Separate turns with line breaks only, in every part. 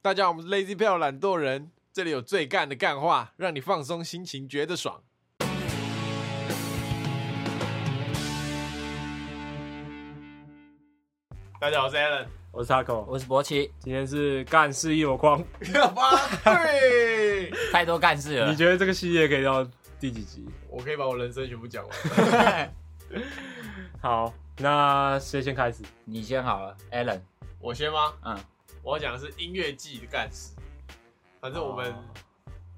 大家好，我们是 Lazy p a l 懒惰人，这里有最干的干话，让你放松心情，觉得爽。大家好，我是 Alan。
我是 Taco，
我是博奇，
今天是干事一箩筐。
对，
太多干事了
你。觉得这个系列可以到第几集？
我可以把我人生全部讲完。
好，那谁先开始？
你先好了，Allen，
我先吗？
嗯，
我要讲的是音乐季的干事。反正我们
哦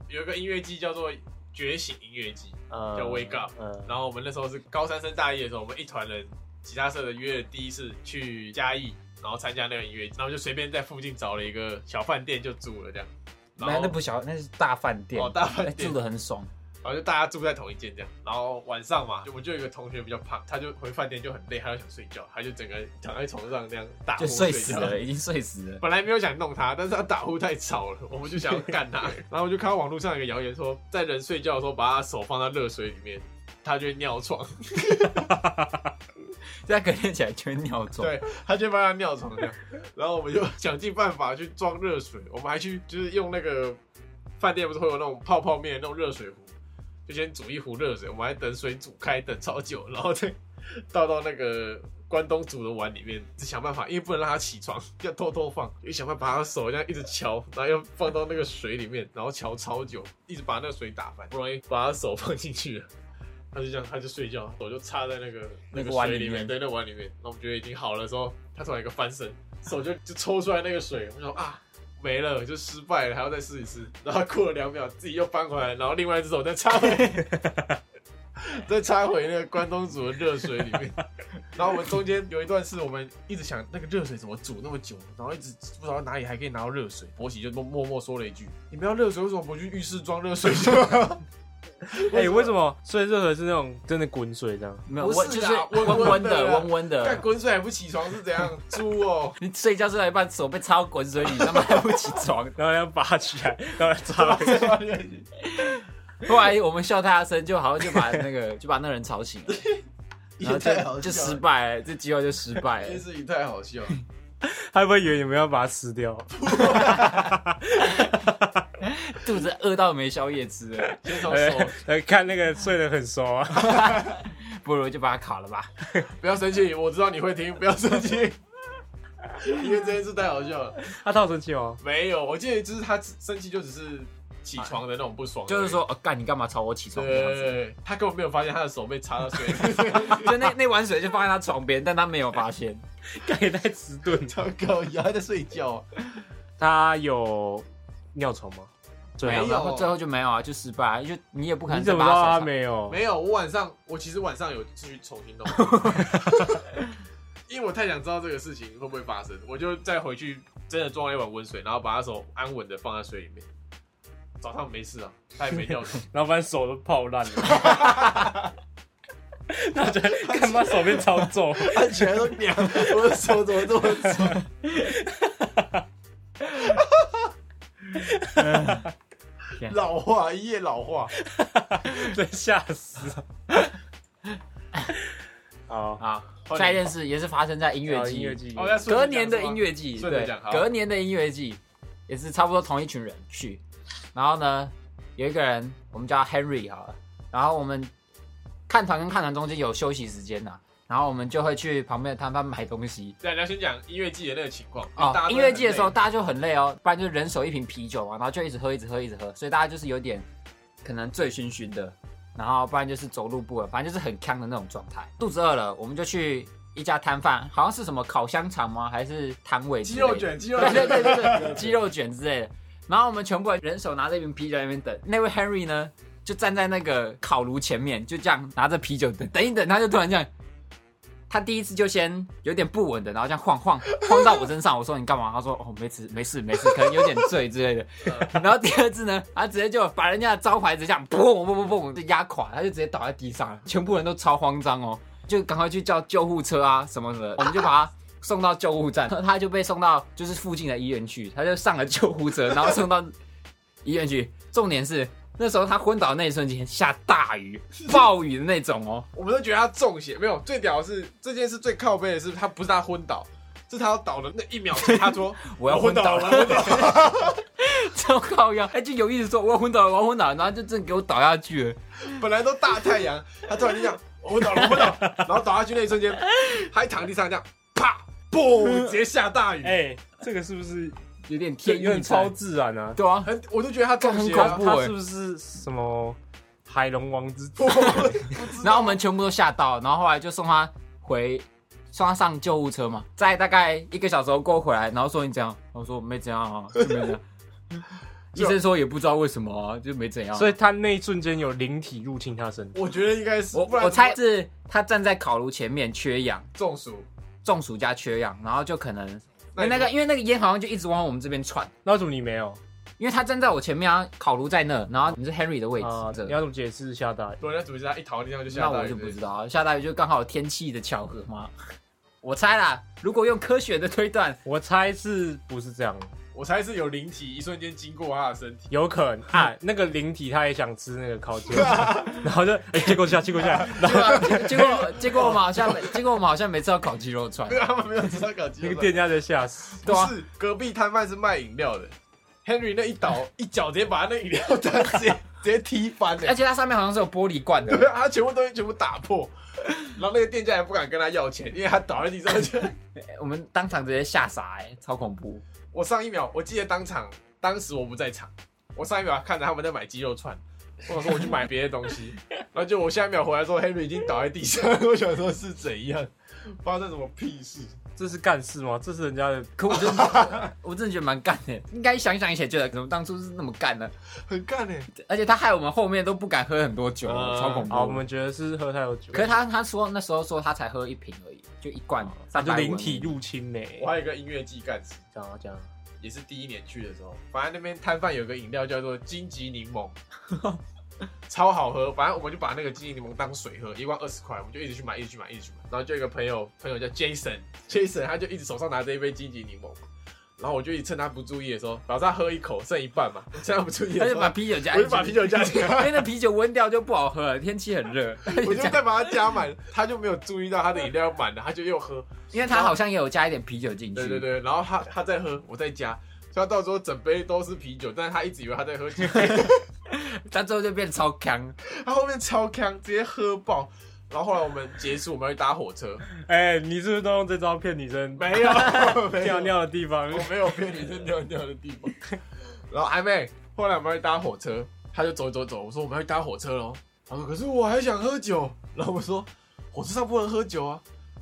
有一个音乐季叫做觉醒音乐季，
呃
叫 Wake Up
嗯，
然后我们那时候是高三升大一的时候，我们一团人吉他社的约了第一次去嘉义，然后参加那个音乐节，然后就随便在附近找了一个小饭店就住了这样。然
没
后
有，那不小，那是大饭店，
哦大饭
哎
店
住的很爽。
然后就大家住在同一间这样，然后晚上嘛，就我就有一个同学比较胖，他就回饭店就很累，他就想睡觉，他就整个躺在床上那样打呼
就睡死
啊觉。
了，已经睡死了。
本来没有想弄他，但是他打呼太吵了，我们就想要干 他。然后我就看到网络上有个谣言说，在人睡觉的时候把他手放到热水里面，他就会尿床。
现在隔天起来全尿床。
对，他就帮他尿床这样，然后我们就想尽办法去装热水，我们还去就是用那个饭店不是会有那种泡泡面的那种热水壶，就先煮一壶热水，我们还等水煮开，等超久，然后再倒到那个关东煮的碗里面，只想办法，因为不能让他起床，要偷偷放，就想办法把他手这样一直敲，然后又放到那个水里面，然后敲超久，一直把那个水打翻，不容易把他手放进去了。他就这样，他就睡觉，手就插在那个
那
那
个
个
碗
水
里
里面，
面
对，那碗里面。那我们觉得已经好了的时候，他突然一个翻身，手就就抽出来那个水，我们说啊，没了，就失败了，还要再试一次。然后过了两秒，自己又翻回来，然后另外一只手再插回，再插回那个关东煮的热水里面。然后我们中间有一段是我们一直想那个热水怎么煮那么久，然后一直不知道哪里还可以拿到热水。博喜就默默默说了一句：“你们要热水为什么不去浴室装热水就好？”
哎、为什么睡热水是那种真的滚水这样？
没有，
不是
温就是
啊温
温
温
温
的
的，
啦
温温
干
的。
滚水还不起床是怎样？猪哦！
你睡觉睡到一半，手被插到滚水里，他妈还不起 床。
然后要拔起 来，然后插回去。
后来我们笑他的声，就好像就把那 个就把那人吵醒了，然后
太好
就就
笑了
失败了，这计划就失败
这件
了。
事情太好笑了。
他会不会以为你们要把它吃掉？
肚子饿到没宵夜吃了，
先从手，
来哎 看那个睡得很熟啊。
不如就把它烤了吧。
不要生气，我知道你会听，不要生气。 因为这件事太好笑了。
他套生气哦。
没有，我记得就是他生气就只是起床的那种不爽而已，
就是说，哦干、你干嘛吵我起床？这样子
对，他根本没有发现他的手被插到水里，
就那那碗水就放在他床边，但他没有发现。
干也太迟钝了。
糟糕，以后还在睡觉。
他有尿床吗？最
没
后
有
然后最后就没有啊，就失败啊，就你也不可
你
能
怎
再
么
把
知道
它
他
手
没有？
没有，我晚上我其实晚上有去重新 弄，因为我太想知道这个事情会不会发生，我就再回去真的装了一碗温水，然后把他手安稳的放在水里面。早上没事啊，他也没尿床，
然后把手都泡烂了。 他觉得干妈手被超重，
他全都凉，我的手怎么这么 脏？
哎
老化，一夜老化。
真吓死 了。好，
啊。下一件事也是发生在音乐
好音乐
季，
季，
哦，要顺着
隔
讲
年的音乐季，
顺着
对
讲好，
隔年的音乐季也是差不多同一群人去，然后呢，有一个人我们叫他 Henry 好了，然后我们看团跟看团中间有休息时间呐、然后我们就会去旁边的摊贩买东西。
对，你要先讲音乐季的那个情况啊因为大家
哦，
都
音
很
乐季的时候
累
大家就很累哦，不然就人手一瓶啤酒嘛，然后就一直喝，一直喝，一直喝，所以大家就是有点可能醉醺醺的，然后不然就是走路不稳，反正就是很呛的那种状态。肚子饿了，我们就去一家摊贩，好像是什么烤香肠吗？还是摊位之
鸡
类的？
肉卷，鸡肉
对对
卷，
对对 对，鸡肉卷之类的。然后我们全部人手拿着一瓶啤酒在那边等，那位 Henry 呢就站在那个烤炉前面，就这样拿着啤酒等，等一等，他就突然这样，他第一次就先有点不稳的，然后这样晃晃晃到我身上，我说你干嘛？他说哦没事没事没事，可能有点醉之类的。然后第二次呢，他直接就把人家的招牌直接这样砰砰砰砰就压垮，他就直接倒在地上了，全部人都超慌张哦，就赶快去叫救护车啊什么什么的，我们就把他。送到救护站， 他就被送到就是附近的医院去，他就上了救护车，然后送到医院去。重点是那时候他昏倒的那一瞬间下大雨，暴雨的那种哦，
我们都觉得他中邪，没有。最屌的是这件事最靠背的是他不是他昏倒，是他要倒的那一秒钟，他说
我要
昏
昏倒
倒了，我昏倒了。
超靠腰， 哎，就有意思说我要昏倒了，我要昏倒了，然后就真的给我倒下去了。
本来都大太阳，他突然就这样，我昏倒了，我昏倒了，然后倒下去那一瞬间，还躺地上这样，啪，嘣，直接下大雨。
哎，这个是不是
有点天
有
意
点超自然啊？
对啊，
很，我就觉得他中邪啊
很
了
恐。怖
他
哎
是不欸是什么海龙王之子？
然后我们全部都吓到，然后后来就送他回，送他上救护车嘛，在大概一个小时后过回来，然后说你怎样？我说没怎样啊，就没怎 样。医生说也不知道为什么啊，就没怎样。
所
以
以他那一瞬间有灵体入侵他身 体，
我觉得应该是，
我
不然
我猜是他站在烤炉前面缺氧，
中暑。
中暑加缺氧，然后就可能因
那
为
你
那个因为那个烟好像就一直往我们这边窜，
那为什么你没有
因为他站在我前面啊，烤炉在那，然后你是 Henry 的位置
啊？
这
你。要怎么解释下大雨？
对，那怎么是他一逃地上就
那
下大
我
雨？
就不知道啊，下大雨就刚好天气的巧合嘛。我猜啦，如果用科学的推断，
我猜是不是这样？
我猜是有灵体一瞬间经过他的身 体，
有可能啊，那个灵体他也想吃那个烤鸡，然后就哎接过去啊，接过去啊，然后
结果结果我们好像没，结果我们好像没吃到烤鸡肉串
没，有他们没有吃到搞基。
那个店家就吓死。
对
不
啊，
是隔壁摊贩是卖饮料的，Henry 那一倒一脚直接把他那饮料摊直接 直接踢翻
而
了，
且它上面好像是有玻璃罐
对
的，
啊，他全部东西全部打破，然后那个店家也不敢跟他要钱，因为他倒在地上就。
我们当场直接吓傻哎、超恐怖。
我上一秒我记得当场，当时我不在场，我上一秒看着他们在买鸡肉串，我想说我去买别的东西，然后就我下一秒回来之后，Henry 已经倒在地上，我想说是怎样，发生什么屁事？
这是干事吗？这是人家的
可我真的，我真的觉得蛮 干的，应该想一想以前觉得怎么当初是那么干的，
很干哎、
而且他害我们后面都不敢喝很多酒，
嗯
超恐
啊，我
怖。
们觉得是喝太多酒，
可是他他说那时候说他才喝一瓶而已，就一
哦
罐，
他就
350
灵体入侵呢。
我还有一个音乐季干事，
讲啊讲啊，
也是第一年去的时候，反正那边摊贩有个饮料叫做荆棘柠檬， 超好喝。反正我们就把那个荆棘柠檬当水喝，一罐二十块，我们就一直去买，一直去买，一直去买。然后就有一个朋友，朋友叫 Jason，Jason 他就一直手上拿着一杯荆棘柠檬，然后我就一直趁他不注意的时候，表示他喝一口剩一半嘛， 趁他不注意
他
的
就
时
把
候，
啤酒加
我
进
就把啤
去，
酒加进来，
因为那啤酒温掉就不好喝了，天气很热，
我就 再把它加满，他就没有注意到他的饮料满了，他就又喝，
因为他好像也有加一点啤酒进去。
对对对，然后他他再喝，我再加。所以他到时候整杯都是啤酒，但是他一直以为他在喝 酒。
他最后就变超强，
他后面超强，直接喝爆。然后后来我们结束，我们要去搭火车。
哎，你是不是都用这招骗女生？
没有，没有
尿，尿的地方
我没有骗你是尿尿的地方。然后还没，后来我们要去搭火车，他就走走走，我说我们要去搭火车喽。他说可是我还想喝酒。然后我说火车上不能喝酒啊。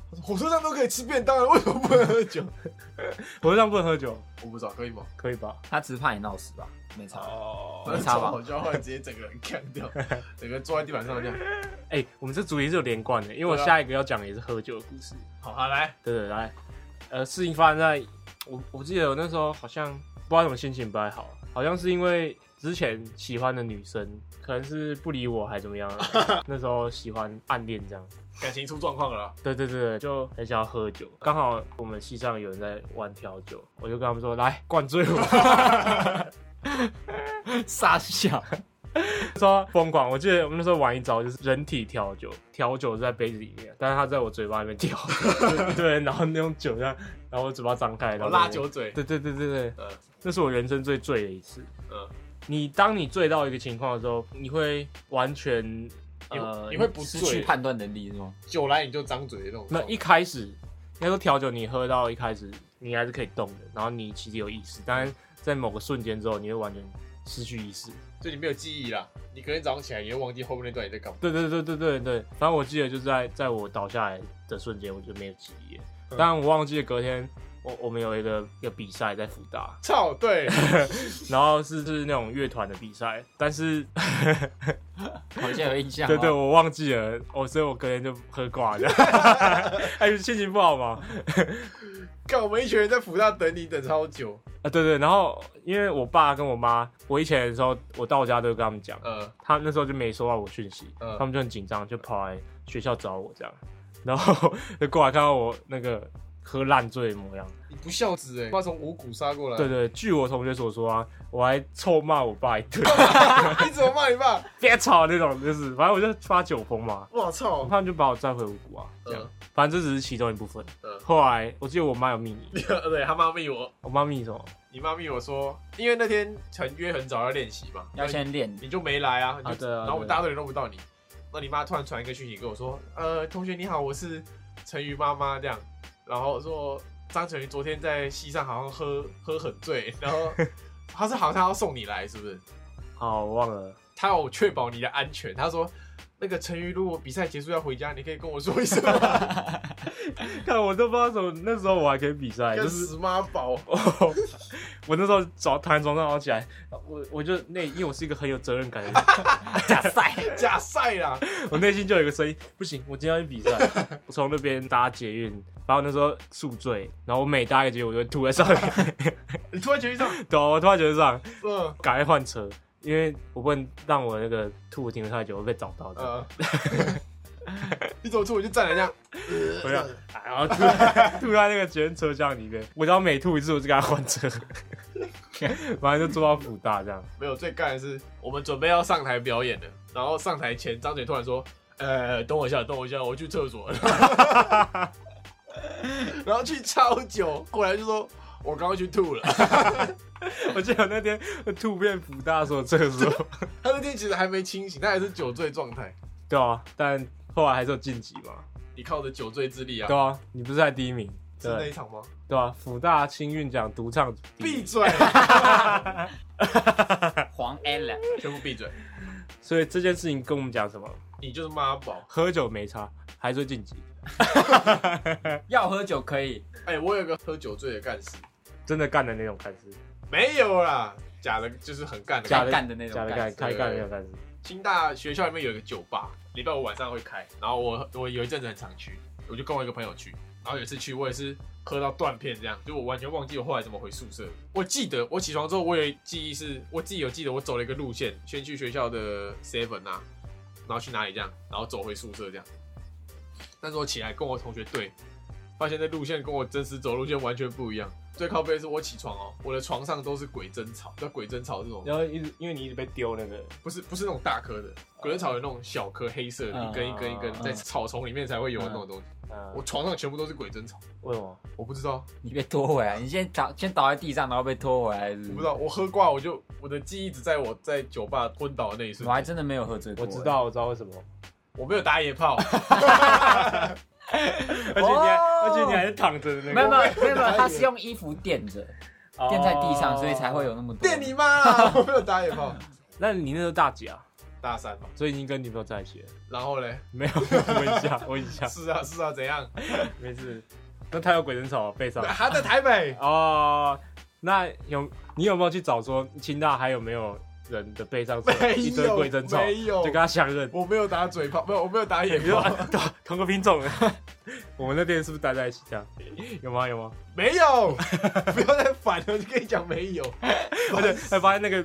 他说火车上都可以吃便当了，为什么不能喝酒？
火车上不能喝酒，
我不知道可以吗？
可以吧？
他只是怕你闹事吧？没差。
哦，
然后
没差吧
超好笑，后来直接整个人干掉，整个坐在地板上这样。
哎，我们这主题是有连贯的，因为我
对啊
下一个要讲的也是喝酒的故事。
好，好来，
对对，来，呃，事情发生在我我记得我那时候好像不知道什么心情不太好，好像是因为之前喜欢的女生可能是不理我还怎么 样啊，那时候喜欢暗恋这样。
感情出状况了啊。
对对对，就很想要喝酒，刚好我们系上有人在玩调酒，我就跟他们说来灌醉我，
傻笑，
说疯狂。我记得我们那时候玩一招就是人体调酒，调酒是在杯子里面，但是他在我嘴巴里面调， 对，然后那种酒这样，然后我嘴巴张开，然后
我哦辣酒嘴，
对对对对对，
嗯
那是我人生最醉的一次。
嗯，
你当你醉到一个情况的时候，你会完全
你
呃，
你会不
失
醉
去判断能力是吗？
酒来你就张嘴的那种状
那
态。
一开始，应该说调酒你喝到一开始你还是可以动的，然后你其实有意识，但是在某个瞬间之后，你会完全失去意识。
就你没有记忆啦，你可能早上起来你会忘记后面那段你在干嘛。
对对对对对对，反正我记得就是在在我倒下来的瞬间，我就没有记忆了。
嗯
当然我忘记了隔天。我我们有一个一个比赛在福大，
操，对，
然后是是那种乐团的比赛，但是
好像有印象。哦
对对，，我忘记了，我所以我隔天就喝挂了， 哎，心情不好嘛。
看我们一群人在福大等你等超久，
啊，对对，然后因为我爸跟我妈，我以前的时候，我到家都会跟他们讲，
呃，
他们那时候就没收到我讯息，
嗯
他们就很紧张，就跑来学校找我这样，然后就过来看到我那个喝烂醉的模样。
你不孝子哎、欸，他从五谷杀过来，
对对，据我同学所说啊，我还臭骂我爸一顿，
你怎么骂你爸？
别吵那种，就是反正我就发酒疯嘛，
我操！
他们就把我载回五谷啊，这样，
嗯
反正这只是其中一部分。
嗯
后来我记得我妈有秘密，
对他妈咪我，
我妈秘密什么？
你妈咪我说，因为那天陈约很早要练习嘛，
要 先练。
你就没来啊，你就
啊对啊
然后我们
对
大
啊
家都联络不到你，那你妈突然传一个讯息跟我说，呃，同学你好，我是陈瑜妈妈这样，然后说张晨瑜昨天在西上好像喝喝很醉，然后他是好像要送你来，是不是？
好，我忘了。
他有确保你的安全，他说。那个陈瑜，如果比赛结束要回家，你可以跟我说一声吗，
看我都不知道怎么，那时候我还可以比赛，哎就
跟
是
死妈宝。
哦，我那时候早躺在床上然后起来，我我就内，因为我是一个很有责任感的人，
假赛，
哎
假赛啦，
我内心就有一个声音，不行，我今天要去比赛。我从那边搭捷运，然后那时候宿醉，然后我每搭一个捷运我就会吐在上面，
你突然决定上，
对，啊我突然觉得上，
嗯
赶快换车，因为我不能让我那个吐停留太久，我被找到的。
呃，你怎么吐我就站来这样，
我想，啊然后吐吐在那个捷运车厢里面，我只要每吐一次，我就给他换车，反正就做到辅大这样。
没有，最干的是我们准备要上台表演了，然后上台前张嘴突然说：“呃，等我一下，等我一下，我去厕所。” 然后去超久，过来就说：“我刚刚去吐了。
我记得那天吐遍辅大所有厕所，”
他那天其实还没清醒，他还是酒醉状态。
对啊，但后来还是有晋级嘛，
你靠着酒醉之力啊
对，啊，你不是在第一名，
是那一
对
场吗？
对啊，辅大青运奖独唱第一
闭嘴，
黄 A 了，
全部闭嘴！
所以这件事情跟我们讲什么？
你就是妈宝。
喝酒没差，还是会晋级，
要喝酒可以，
哎、我有个喝酒醉的干事，
真的干的那种干事，
没有啦，假的，就是很干的。
假
开干的那种
假的
干
干
事
开干的那种干事，
清大学校里面有一个酒吧，礼拜五晚上会开，然后我我有一阵子很常去，我就跟我一个朋友去，然后有一次去我也是喝到断片这样，就我完全忘记我后来怎么回宿舍。我记得我起床之后，我有记忆是，我自己有记得我走了一个路线，先去学校的 Seven 啊，然后去哪里这样，然后走回宿舍这样。但是我起来跟我同学对，发现那路线跟我真实走路线完全不一样。最靠背是我起床哦，我的床上都是鬼针草，叫鬼针草这种
然后一直因为你一直被丢那个，
不是不是那种大颗
哦
的，鬼针草有那种小颗黑色的，
嗯
一根一根一根
嗯
在草丛里面才会有的那种东西。
呃
我，床上全部都是鬼针草，
为什么？
我不知道，
你被拖回来，你先倒先倒在地上，然后被拖回来是不是
我不知道，我喝挂我就我的记忆只在我在酒吧昏倒的那一瞬
嗯
我还
间，
真的没有喝醉过。
我知，道，我知道为什么，
我没有打野 炮，
而且你还，而且你还是躺着的那个，
没有没有没有，没有他是用衣服垫着，
哦
垫在地上，所以才会。有那么多。
电你妈 啦！我没有打野炮，
那你那时候大几啊？
大三吧，
所以已经跟女朋友在一起了？
然后 嘞，
没有，问一下，问一 下，
是啊是啊，怎样？
没事。那他有鬼针草背上
还在台北，
哦。那有你有没有去找说清大还有没有人的背上
没
是一堆
有
鬼针草，
没有
就跟他相 认？
我没有打嘴炮，没有我没有打野
你说、
炮
啊， 对啊 同个品种，我们那边是不是待在一起这样？有吗？有吗？
没 有，不要再反了，就跟你讲没有，
而且还发现那个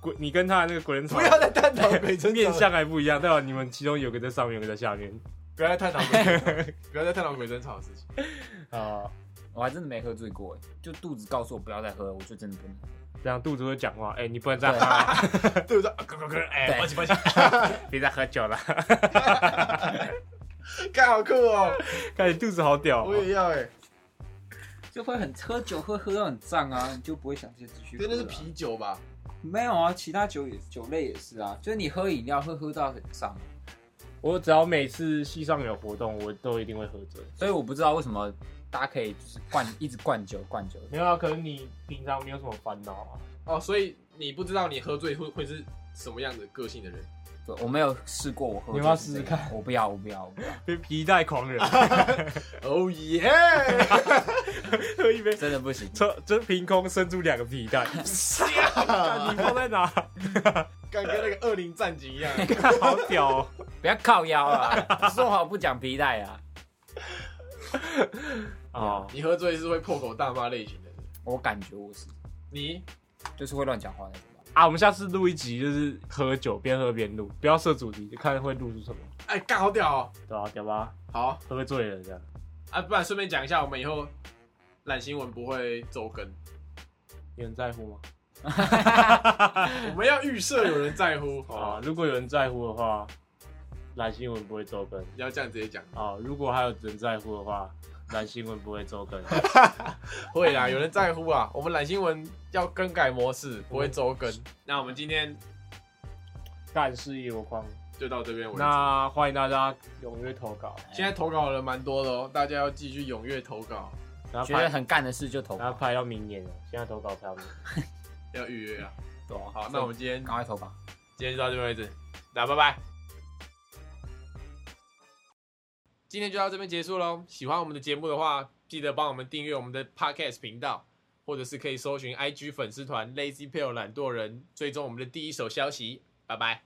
鬼，你跟他的那个鬼针草
不要再探讨鬼针
面
草。
相还不一样，代表你们其中有个在上面，有个在下面
不要再探讨鬼针草，不要再探讨鬼针草的事情。
啊。
我还真的没喝醉过，就肚子告诉我不要再喝，我就真的不能。
这样肚子会讲话，哎、你不能再
对
喝了，
对不对？咯咯咯，哎，
对
抱歉抱歉，
别再喝 酒了。
干好酷哦！
看你肚子好屌、
我也要哎，
就会很喝酒会喝到很胀啊，你就不会想这些继续喝
真
了
的
啊
是啤酒吧？
没有啊，其他酒也酒类也是啊，就是你喝饮料会喝到很胀，
我只要每次西上有活动，我都一定会喝醉。
所以我不知道为什么大家可以就是灌一直灌酒灌酒。
没有啊，可能你平常没有什么烦恼啊。
哦，所以你不知道你喝醉会会是什么样的个性的人？
对，我没有试过，我喝酒
你要不要试试看
是这样？我不要，我不要，我不要，
被皮带狂 人，
哦耶！
喝一杯，
真的不行。
从这凭空生出两个皮 带，干你放在 哪？
干跟那个恶灵战警一样，
干好屌、 哦！
不要靠腰啊！ 说好不讲皮带啊！
啊
你喝醉是会破口大骂类型的。
我感觉我是，
你
就是会乱讲话那种吧。
啊！我们下次录一集就是喝酒，边喝边录，不要设主题，就看会录出什么，
哎，干好屌哦！
对吧、啊？屌吧，
好，
喝醉了这样。
啊，不然顺便讲一下，我们以后懒新闻不会周更，
有人在 乎吗？
我们要预设有人在 乎，
啊，如果有人在乎的话，懒新闻不会周更。
你要这样直接讲。
啊，如果还有人在乎的话，懒新闻不会周更。
会啦，有人在乎啊。我们懒新闻要更改模式，不会周 更。那我们今天
干事业我框。
就到这边为止。
那欢迎大家踊跃投稿，
现在投稿的人蛮多的哦，大家要继续踊跃投稿，
然后
觉得
拍，
很干的事就投
然后
稿，
拍到明年了，现在投稿才有明年。
要预约啊。
对啊
好，那我们今天
赶快投稿。
今天就到这边为止，那拜拜。今天就到这边结束喽。喜欢我们的节目的话，记得帮我们订阅我们的 Podcast 频道，或者是可以搜寻 IG 粉丝团 Lazy p a l e 懒惰人，追踪我们的第一手消息。拜拜。